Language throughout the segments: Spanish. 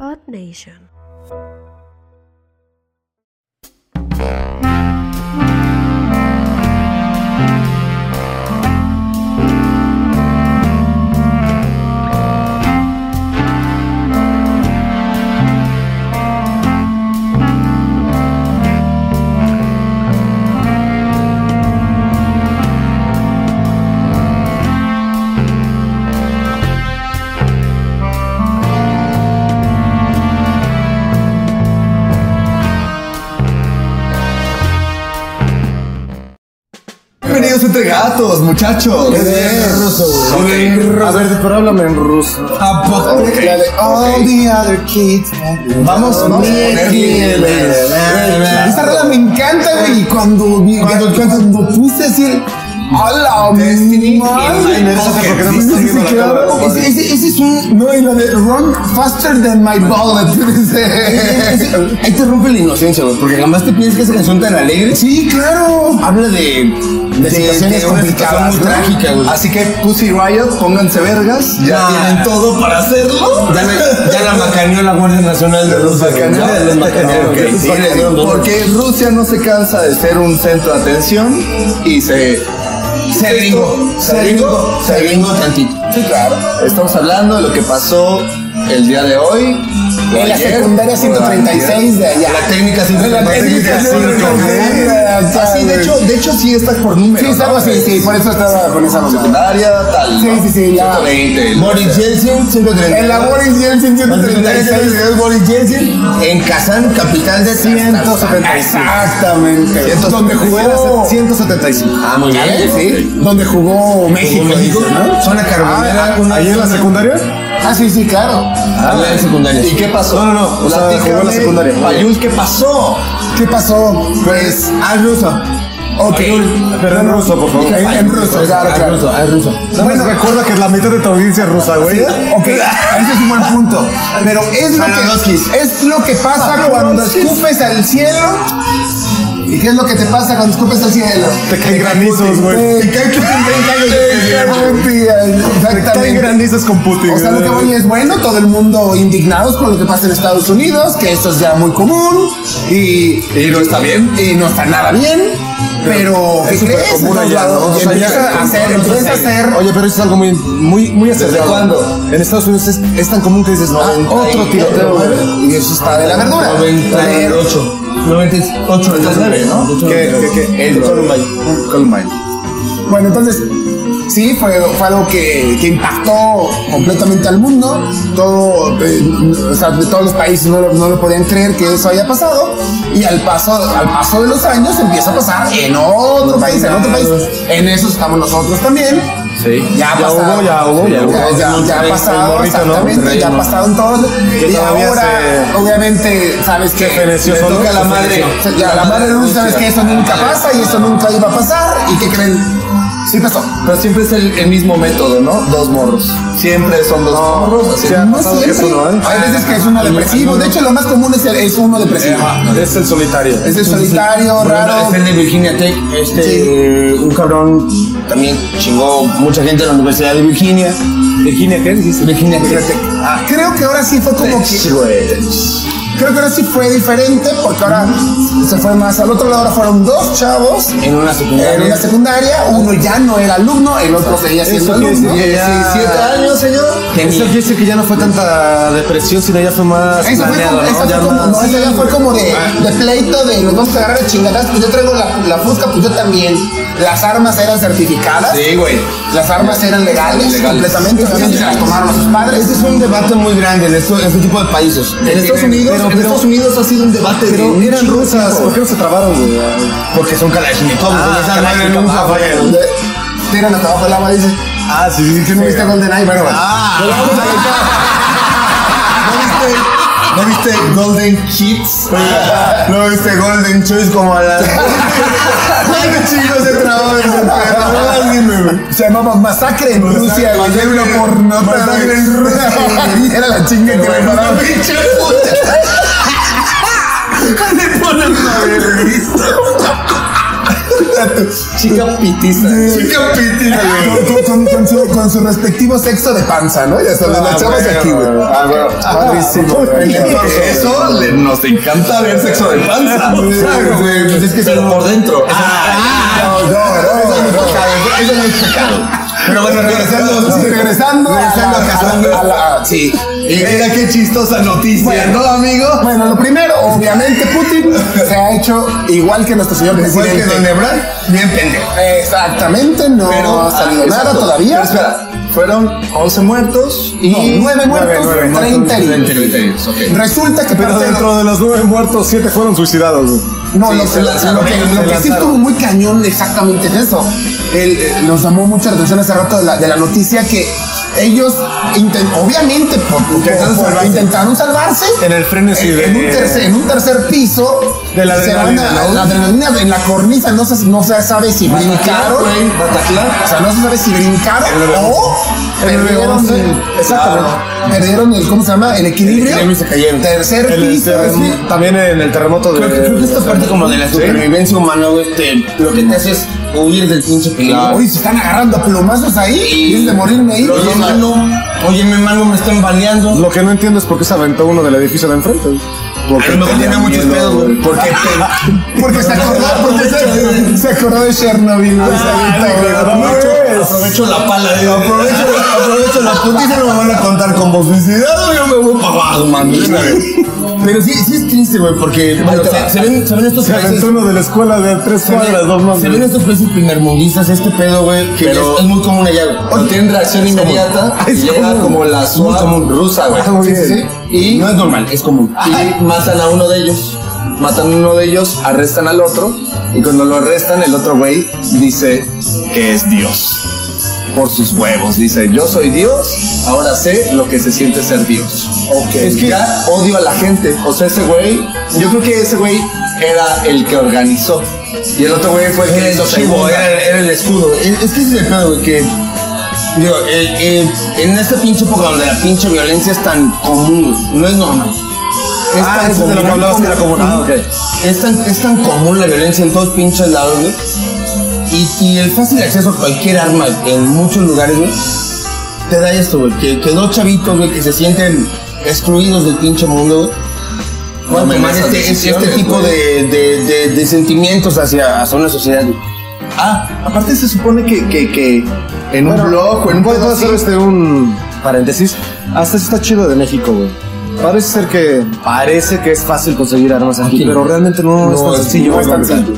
Earth Nation. Bienvenidos entre gatos, muchachos. Es ruso, güey. A ver, pero háblame en ruso. Tampoco te- La de all the other kids. Vamos, vamos a ponerle. Esta rola me encanta, güey. Y Cuando, vi- cuando, cuando puse así el. ¡Hola, Destiny madre! in my pocket. Porque no me Destiny sé si in my quedaba- pocket. Ese ese- ese es un. No, y la de Run Faster Than My Bullet. Ese- ese- Ahí te rompe la inocencia, güey, porque jamás te piensas que esa canción tan alegre Sí, claro. habla de, de situaciones de una complicadas, situación muy ¿no? trágica, güey. Así que Pussy Riot, pónganse vergas, ya Nah. tienen todo para hacerlo. Ya, la- ya la macaneó la Guardia Nacional de los Macaneros. Ya les macanearon, güey. ok, Sí, sí, les dieron dos. Porque Rusia no se cansa de ser un centro de atención y se Se gringo, se gringo, se gringo tantito. Sí, claro. Estamos hablando de lo que pasó el día de hoy. o En la ayer, secundaria o 136 de allá. La técnica 136 técnica 136 de allá, Ah, sí, de güey. hecho, de hecho sí está por número. Sí, es algo ¿no? así, sí, por eso estaba con esa mamá. Secundaria, tal. Sí, ¿no? sí, sí, la- 120, Boris Jensen, 130. El amor es el 136. 136 Boris Jensen en Kazán, capital de 175. Exactamente. Donde jugó 175. Ah, muy bien. Sí. Donde jugó México. México, dices, ¿no? zona Ah, carbonera. ah, ¿Ahí en la zona- secundaria? Ah, sí, sí, claro. Ah, en secundaria. ¿Y qué pasó? No, no, no. O sea, Platícame, jugó en la secundaria. Payul, ¿qué pasó? ¿Qué pasó? Pues, al ruso. Ok. Pero en ruso, por favor. En, en ruso, claro, Al claro. ruso, al ruso. Bueno, Bueno, recuerda que la mitad de tu audiencia es rusa, güey. ok, ese es un buen punto. Pero es lo, Paradokis. que, es lo que pasa cuando escupes al cielo. ¿Y qué es lo que te pasa cuando escupes al cielo? Te caen granizos, güey. Te cae Putin, Te caen Exactamente. granizos con Putin. O sea, lo que voy es bueno, todo el mundo indignados con lo que pasa en Estados Unidos, que esto es ya muy común y, Y no está bien. y no está nada bien, pero ¿qué es súper crees? común Entonces, allá, ¿no? o O sea, sea, ya empieza está a hacer, común, empieza a hacer Oye, pero eso es algo muy, muy, muy acertado. cuándo? En Estados Unidos es, es tan común que dices, no, otro tiroteo, güey. y eso está de la verdura. Pero- 98. 98, 99, ¿no? ¿Qué, qué, qué? El Columbine. Columbine. Bueno, entonces, sí, fue, fue algo que, que impactó completamente al mundo. Todo, eh, o sea, de todos los países no lo, no lo podían creer que eso haya pasado. Y al paso, al paso de los años empieza a pasar en otro país, en otro país. En eso estamos nosotros también. Sí. Ya ha Ya pasado. hubo, ya hubo, ya hubo. Ya, ya- ya ha El pasado, morrito, ¿no? exactamente. Ya ha Rey, ¿no? pasado en todos. Que Y todavía ahora, se- obviamente, sabes que feneció le solo, toca a la se madre. feneció. Ya, la madre de Rusia, sabes que eso nunca pasa y eso nunca iba a pasar. ¿Y qué creen? Sí pasó. Pero siempre es el, el mismo método, ¿no? Dos morros. Siempre son dos morros. así. sí, Ha No pasado siempre. eso, ¿no? Hay veces que es uno depresivo. De hecho, lo más común es, el- es uno depresivo. Es el solitario. Es el solitario, raro. Este de Virginia Tech, este, eh, un cabrón también chingó mucha gente en la Universidad de Virginia. Virginia, ¿qué dijiste? Virginia Tech. Ah, Creo que ahora sí fue como que. Sí, güey. Creo que ahora sí fue diferente porque ahora se fue más al otro lado. Ahora fueron dos chavos En una secundaria. en una secundaria. Uno ya no era alumno, el otro seguía siendo Eso quiere alumno. decir que ya- 17 años, señor. Eso Tenía- quiere decir que ya no fue tanta depresión, sino ya fue más Eso fue planeado, como, eso ¿no? fue Ya Ah. como, no, más... eso ya fue como de, de pleito de nos vamos a agarrar de chingadas, pues yo traigo la, la fusca, pues yo también. Las armas eran certificadas, Sí, güey. las armas eran legales, Legales. completamente, obviamente se las tomaron a sus padres. Este es un debate muy grande en, esto- en este tipo de países. En Estados Unidos, Pero- en pero- Estados Unidos ha sido un debate de Pero un eran chingo de rusas, tiempo. ¿por qué no se trabaron, güey? Porque son Kalashnikov. Ah, esa madre Kalashnikov, nunca ah, falla. bueno. De- Tiran hasta abajo el agua, dice. Ah, sí, sí, Ah. sí, que ¿No viste GoldenEye? Bueno, bueno. ¿No viste, ¿No viste Golden Kids? No viste Golden Choice como a las. ¿Qué chingos de trabajo ese Ah, dime, güey. Se llamaba Masacre en Rusia, güey. Era una pornota, güey. Masacre en Rusia, Era la chinga que me paraba. a tu Chica pitiza. Chica pitiza. Con, con- con su, con su respectivo sexo de panza, ¿no? Ya sabes, las chavas aquí, güey. Ah, bueno. Padrísimo, güey. Eso le- nos encanta ver sexo de panza. Claro, güey, pues es que Pero por dentro. Ah, No, no, no, no. Pero bueno, regresando. Sí, regresando, a la- Regresando a Cassandra. a la- a la- sí. Mira qué chistosa noticia, Bueno. ¿no, amigo? Bueno, lo primero, obviamente Putin se ha hecho igual que nuestro señor Igual que presidente. Don Ebrard, bien pendejo. Exactamente, no ha salido ah, nada exacto. todavía. Pero espera, fueron 11 muertos y No, nueve muertos, nueve muertos, 30 heridos. 30 heridos, ok. Resulta que Pero parte de- dentro de los nueve muertos, siete fueron suicidados. güey. No, Sí, lo, se lo- lanzaron, lo que, ellos lo se que sí lanzaron. estuvo muy cañón exactamente es eso. El- eh, nos llamó mucha atención hace rato de la, de la noticia que ellos, inten- obviamente, por- por- Intentaron por- salvarse. intentaron salvarse. En el frenesí en, de- en un tercer, en un tercer piso De la se adrenalina, van a- ¿no? la adrenalina en la cornisa no se, no se sabe si Claro, brincaron güey. o sea no se sabe si brincaron o el perdieron once. el, exactamente, perdieron el cómo se llama el equilibrio equilibrio y se cayeron. tercer En el piso terremo- sí. También en el terremoto de. Creo que, creo que esta parte como de la supervivencia humana, güey, te- lo que te hace es huir del pinche peligro. Oye, se están agarrando a plomazos ahí y es de morirme ahí. Oye, mano, oye, mi mano, me están baleando. Lo que no entiendo es por qué se aventó uno del edificio de enfrente. güey. A lo mejor tiene muchos pedos, güey. Porque Porque se acordó, porque se, se acordó de Chernobyl. güey, Ah, se aventó, güey. Aprovecho la pala, digo, aprovecho, aprovecho la putiza, no me van a contar como suicidado, yo me voy para abajo, mami. Pero sí, sí es triste, güey, porque bueno, te se, va. se ven, se ven estos Se países. aventó uno de la escuela de tres Se ven, cuadras, dos se ven mames. estos países primermundistas, este pedo, güey, que Pero- es, es muy común allá, güey. Pero tienen reacción inmediata es y llega común. como la SWAT común. rusa, güey. Ah, muy bien. Y no es normal, es común. Y matan a uno de ellos, matan a uno de ellos, arrestan al otro, y cuando lo arrestan, el otro güey dice que es Dios. Por sus huevos, dice, yo soy Dios, ahora sé lo que se siente ser Dios. Es que ya odio a la gente. O sea, ese güey, yo creo que ese güey era el que organizó. Y el otro güey fue el que hizo chivo, segunda. era, era el escudo. Es, es que ese es el pedo, güey, que. Digo, eh, eh, en este esta pinche época donde la pinche violencia es tan común, güey, no es normal. Es Ah, tan eso es de lo que hablabas, que era común. Ah, ok. Es tan, es tan común la violencia en todos pinches lados, güey. Y, y el fácil acceso a cualquier arma en muchos lugares, güey, te da esto, güey. Que, que dos chavitos, güey, que se sienten excluidos del pinche mundo, güey. Puedan Tomen tomar esas este, este- este decisiones, tipo güey. de, de- de- de sentimientos hacia, hacia una sociedad, güey. Ah, aparte se supone que, que, que en un blog o en un Voy pedo a así- hacer este un paréntesis. Hasta eso está chido de México, güey. Parece ser que parece que es fácil conseguir armas aquí, Aquí. pero realmente no, es tan es- sencillo. no es tan güey. simple.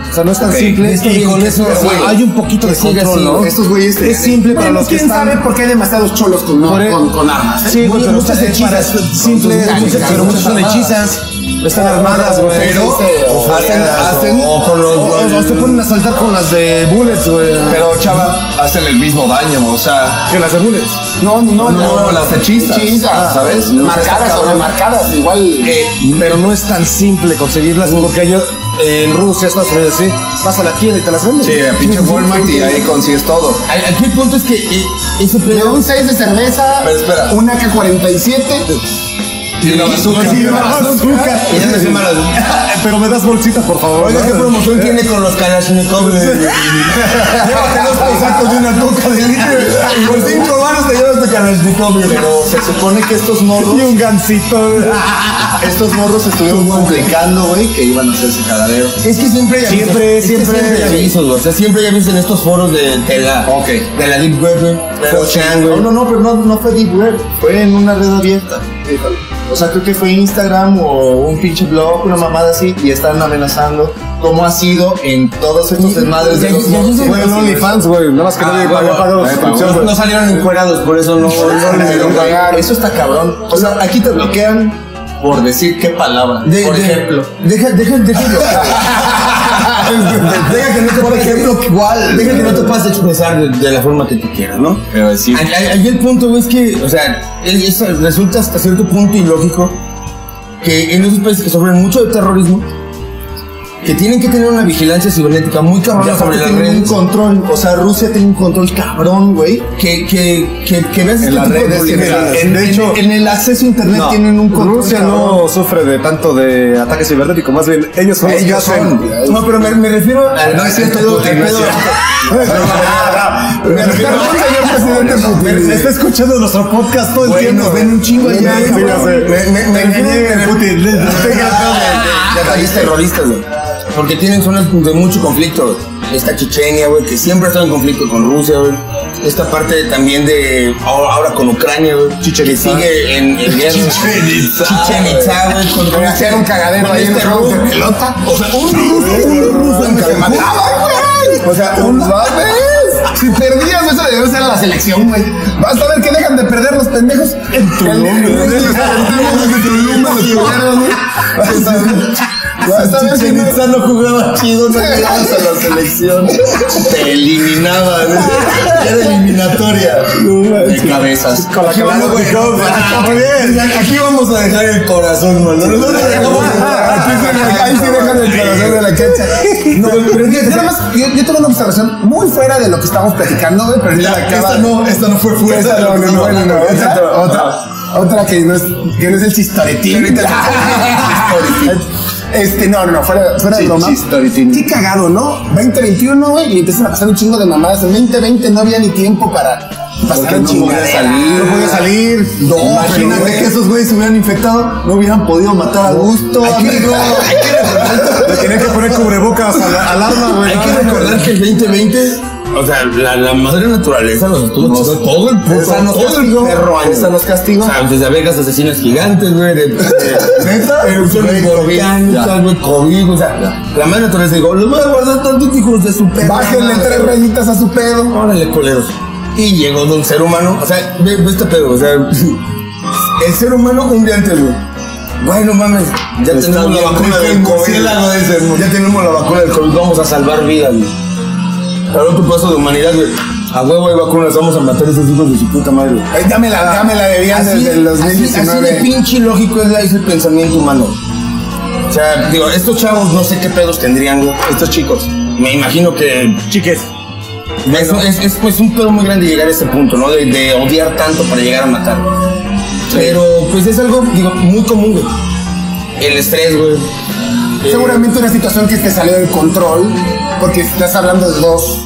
O sea, no es tan Ok. simple. Esto y bien, con eso pero, güey, güey, hay un poquito que de siga control, así, ¿no? güey. Estos güeyes te- es simple para los que ¿Quién están sabe por qué hay demasiados cholos con, Por e- con, con armas? ¿eh? Sí, güey, pero muchas muchas hechizas. Simple, muchas- muchas- pero muchas muchas son armadas. hechizas. Están armadas, güey. Pero O- hacen, hacen, o con los- o- o se ponen a saltar con las de bullets, güey. pero chava, hacen el mismo daño, o sea, Que las de bullets. No, no, no. No, no. las hechizas, ¿sabes? No, Marcadas esas o remarcadas, igual. eh, Pero no es tan simple conseguirlas porque yo en Rusia, Estados Unidos, sí, vas a la tienda y te las venden. sí, a pinche Walmart y ahí consigues todo. Ay, Aquí el punto es que eh, ese de pedo. un 6 de cerveza, Pero espera. una K47. Y una bazooka. Pues Sí, no, azúcar. Y ya me quemaron. Pero me das bolsita, por favor. Oiga, ¿no? ¿qué promoción tiene con los Kalashnikov? Llévate dos cosacos de una coca de litro. y Por cinco baros te llevas tu Kalashnikov. güey. Pero se supone que estos morros, Y un gancito. estos morros estuvieron complicando, güey, que iban a hacerse caladero. Es que siempre hay avisos. Siempre, Es que siempre. hay avisos, güey. O sea, siempre hay avisos en estos foros de, de la. Ok. De la Deep Web, güey. Pero- 4chan, güey. No, no, no, pero no, no fue Deep Web, fue en una red abierta. O sea, creo que fue Instagram o un pinche blog, una mamada así, y están amenazando cómo ha sido en todos estos desmadres de los ya- ya- ya- Fue el OnlyFans, güey. Nada más que nadie pagó pagó la suscripción, No, güey. no salieron encuerados, por eso no. no les dieron pagar. Eso está cabrón. O sea, aquí te bloquean por decir qué palabra. De- por de- ejemplo. Deja, deja, deja bloquear. deja que no te puedas igual. Deja que no te puedas expresar de, de la forma que te quieras, ¿no? Pero sí. Ahí- ahí- ahí el punto güey, es que, o sea, es- es- resulta hasta cierto punto ilógico que en esos países que sufren mucho de terrorismo, que tienen que tener una vigilancia cibernética muy Y cabrona aparte sobre las tienen un redes. control, o sea, Rusia tiene un control cabrón, güey. Que, que, que, que veas este En las tipo de redes, en, publicidades. el- en- De hecho, en el acceso a internet tienen un control. Rusia cabrón. no no. No sufre de tanto de ataque cibernético, más bien ellos son los que Ellos hacen. son. no, pero me, me refiero al No es cierto, al pedo- Putin, al no es pedo- Me refiero- Perdón, señor presidente Putin. Está escuchando nuestro podcast todo el Güey, tiempo. nos ven un chingo Pues allá, Me- cabrón. Me me- me engañé, Putin. de ataques terroristas, güey. Porque tienen zonas de mucho conflicto, güey. Está Chechenia, güey, que siempre está en conflicto con Rusia, güey. Esta parte también de ahora, ahora con Ucrania, güey. Que sigue en, en guerra. Chichen Itza. güey. Con, este Me hacían este un cagadero con ahí en este los juegos de ruso. pelota. O sea, un ruso, un ruso en Me Cancún. mataban, güey. O sea, un mames. Si perdías, eso debió ser la selección, güey. Vas a ver que dejan de perder los pendejos. En tu nombre. En tu nombre los jugaron, güey. Vas a ver- Vas a ver que Chichen no- Itza no jugaba chido, no llegabas a la selección. Te eliminaban. güey. Era eliminatoria. De cabezas. Con la que van a Aquí vamos a dejar el corazón, mano. Aquí Ah, sí dejan- Ahí sí dejan el corazón de la cancha. No, pero fíjate, nada más, yo, yo tengo una observación muy fuera de lo que estamos platicando, güey, pero ya acaba. Esta no, esta no fue fuerte. Esa no, no, no, no, no, otra, Otra, otra, otra que no es, que no es el chistoretín. Este, no, no, no, fuera, fuera de broma. chistoretín. Qué cagado, ¿no? 2021, güey, y empiezan a pasar un chingo de mamadas. En 2020 no había ni tiempo para pasar un no chingo podía salir. No podía salir. No, Imagínate pero, güey. que esos güeyes se hubieran infectado, no hubieran podido matar a gusto, amigo. Le tenían que poner cubrebocas al, al arma, güey. Hay que recordar que el 2020, o sea, la, la madre naturaleza nos estuvo chingando todo el puto, Esa nos todo el castigó, perro año. esa nos castigó. O sea, desde abejas asesinas gigantes, güey, de, de- de erupciones Güey, COVID, volcánicas, güey, COVID, o sea, la madre naturaleza dijo, los voy a guardar tantos hijos de su perra Bájenle madre". tres rayitas a su pedo. Órale, coleros. Y llegó de un ser humano. O sea, ve, ve este pedo. O sea, el ser humano un día antes, güey. Bueno, mames, ya tenemos la vacuna del COVID. Ya tenemos la vacuna del COVID. Vamos a salvar vidas, güey. Pero otro paso de humanidad, güey. A huevo hay vacunas, vamos a matar a esos hijos de su puta madre. güey. Eh, Dámela, dámela de bien Así, desde el así- así de 2019. pinche lógico es, la- es el pensamiento humano. O sea, digo, estos chavos no sé qué pedos tendrían, güey. Estos chicos. Me imagino que Chiques. es, es- es, pues un pedo muy grande llegar a ese punto, ¿no? De, de odiar tanto para llegar a matar. Pero pues es algo, digo, muy común, güey. El estrés, güey. Eh, Seguramente una situación que te salió del control, porque estás hablando de dos.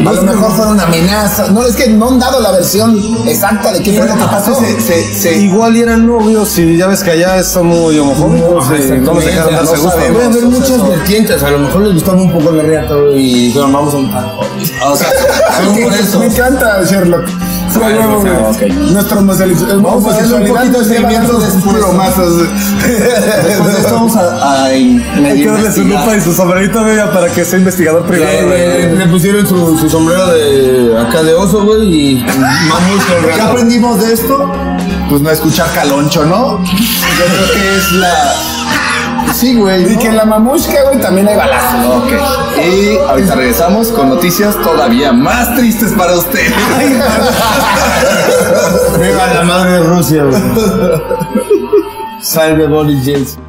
A lo mejor fueron amenazas. No, es que no han dado la versión exacta de qué fue lo que pasó. Se, se, Este, se. Igual y eran novios y ya ves que allá son muy homofóbicos Ajá, y no los exactamente, dejaron darse no gusto. sabemos, Puede haber muchas vertientes, a lo mejor les gustaba un poco la reata, güey, y dijeron, vamos a matar. O sea, según por eso. Me encanta Sherlock. Sí, Ah, huevo, o sea, güey. ok. Nuestro homosexual- Vamos a darle un homosexualidad poquito de lleva seguimiento tantos después. plomazos. Después estamos a, a Hay que medio darle su lupa y su sombrerito media para que sea investigador privado. güey. Le, le pusieron su, su sombrero de acá de oso, güey, y mamut con ¿Qué reata. aprendimos de esto? Pues no escuchar caloncho, ¿no? Yo creo que es la. Sí, güey. Y ¿no? que en la mamushka, güey, también hay balazos. Ok, y ahorita regresamos con noticias todavía más tristes para ustedes. Viva la madre de Rusia, güey. Salve Boris Yeltsin.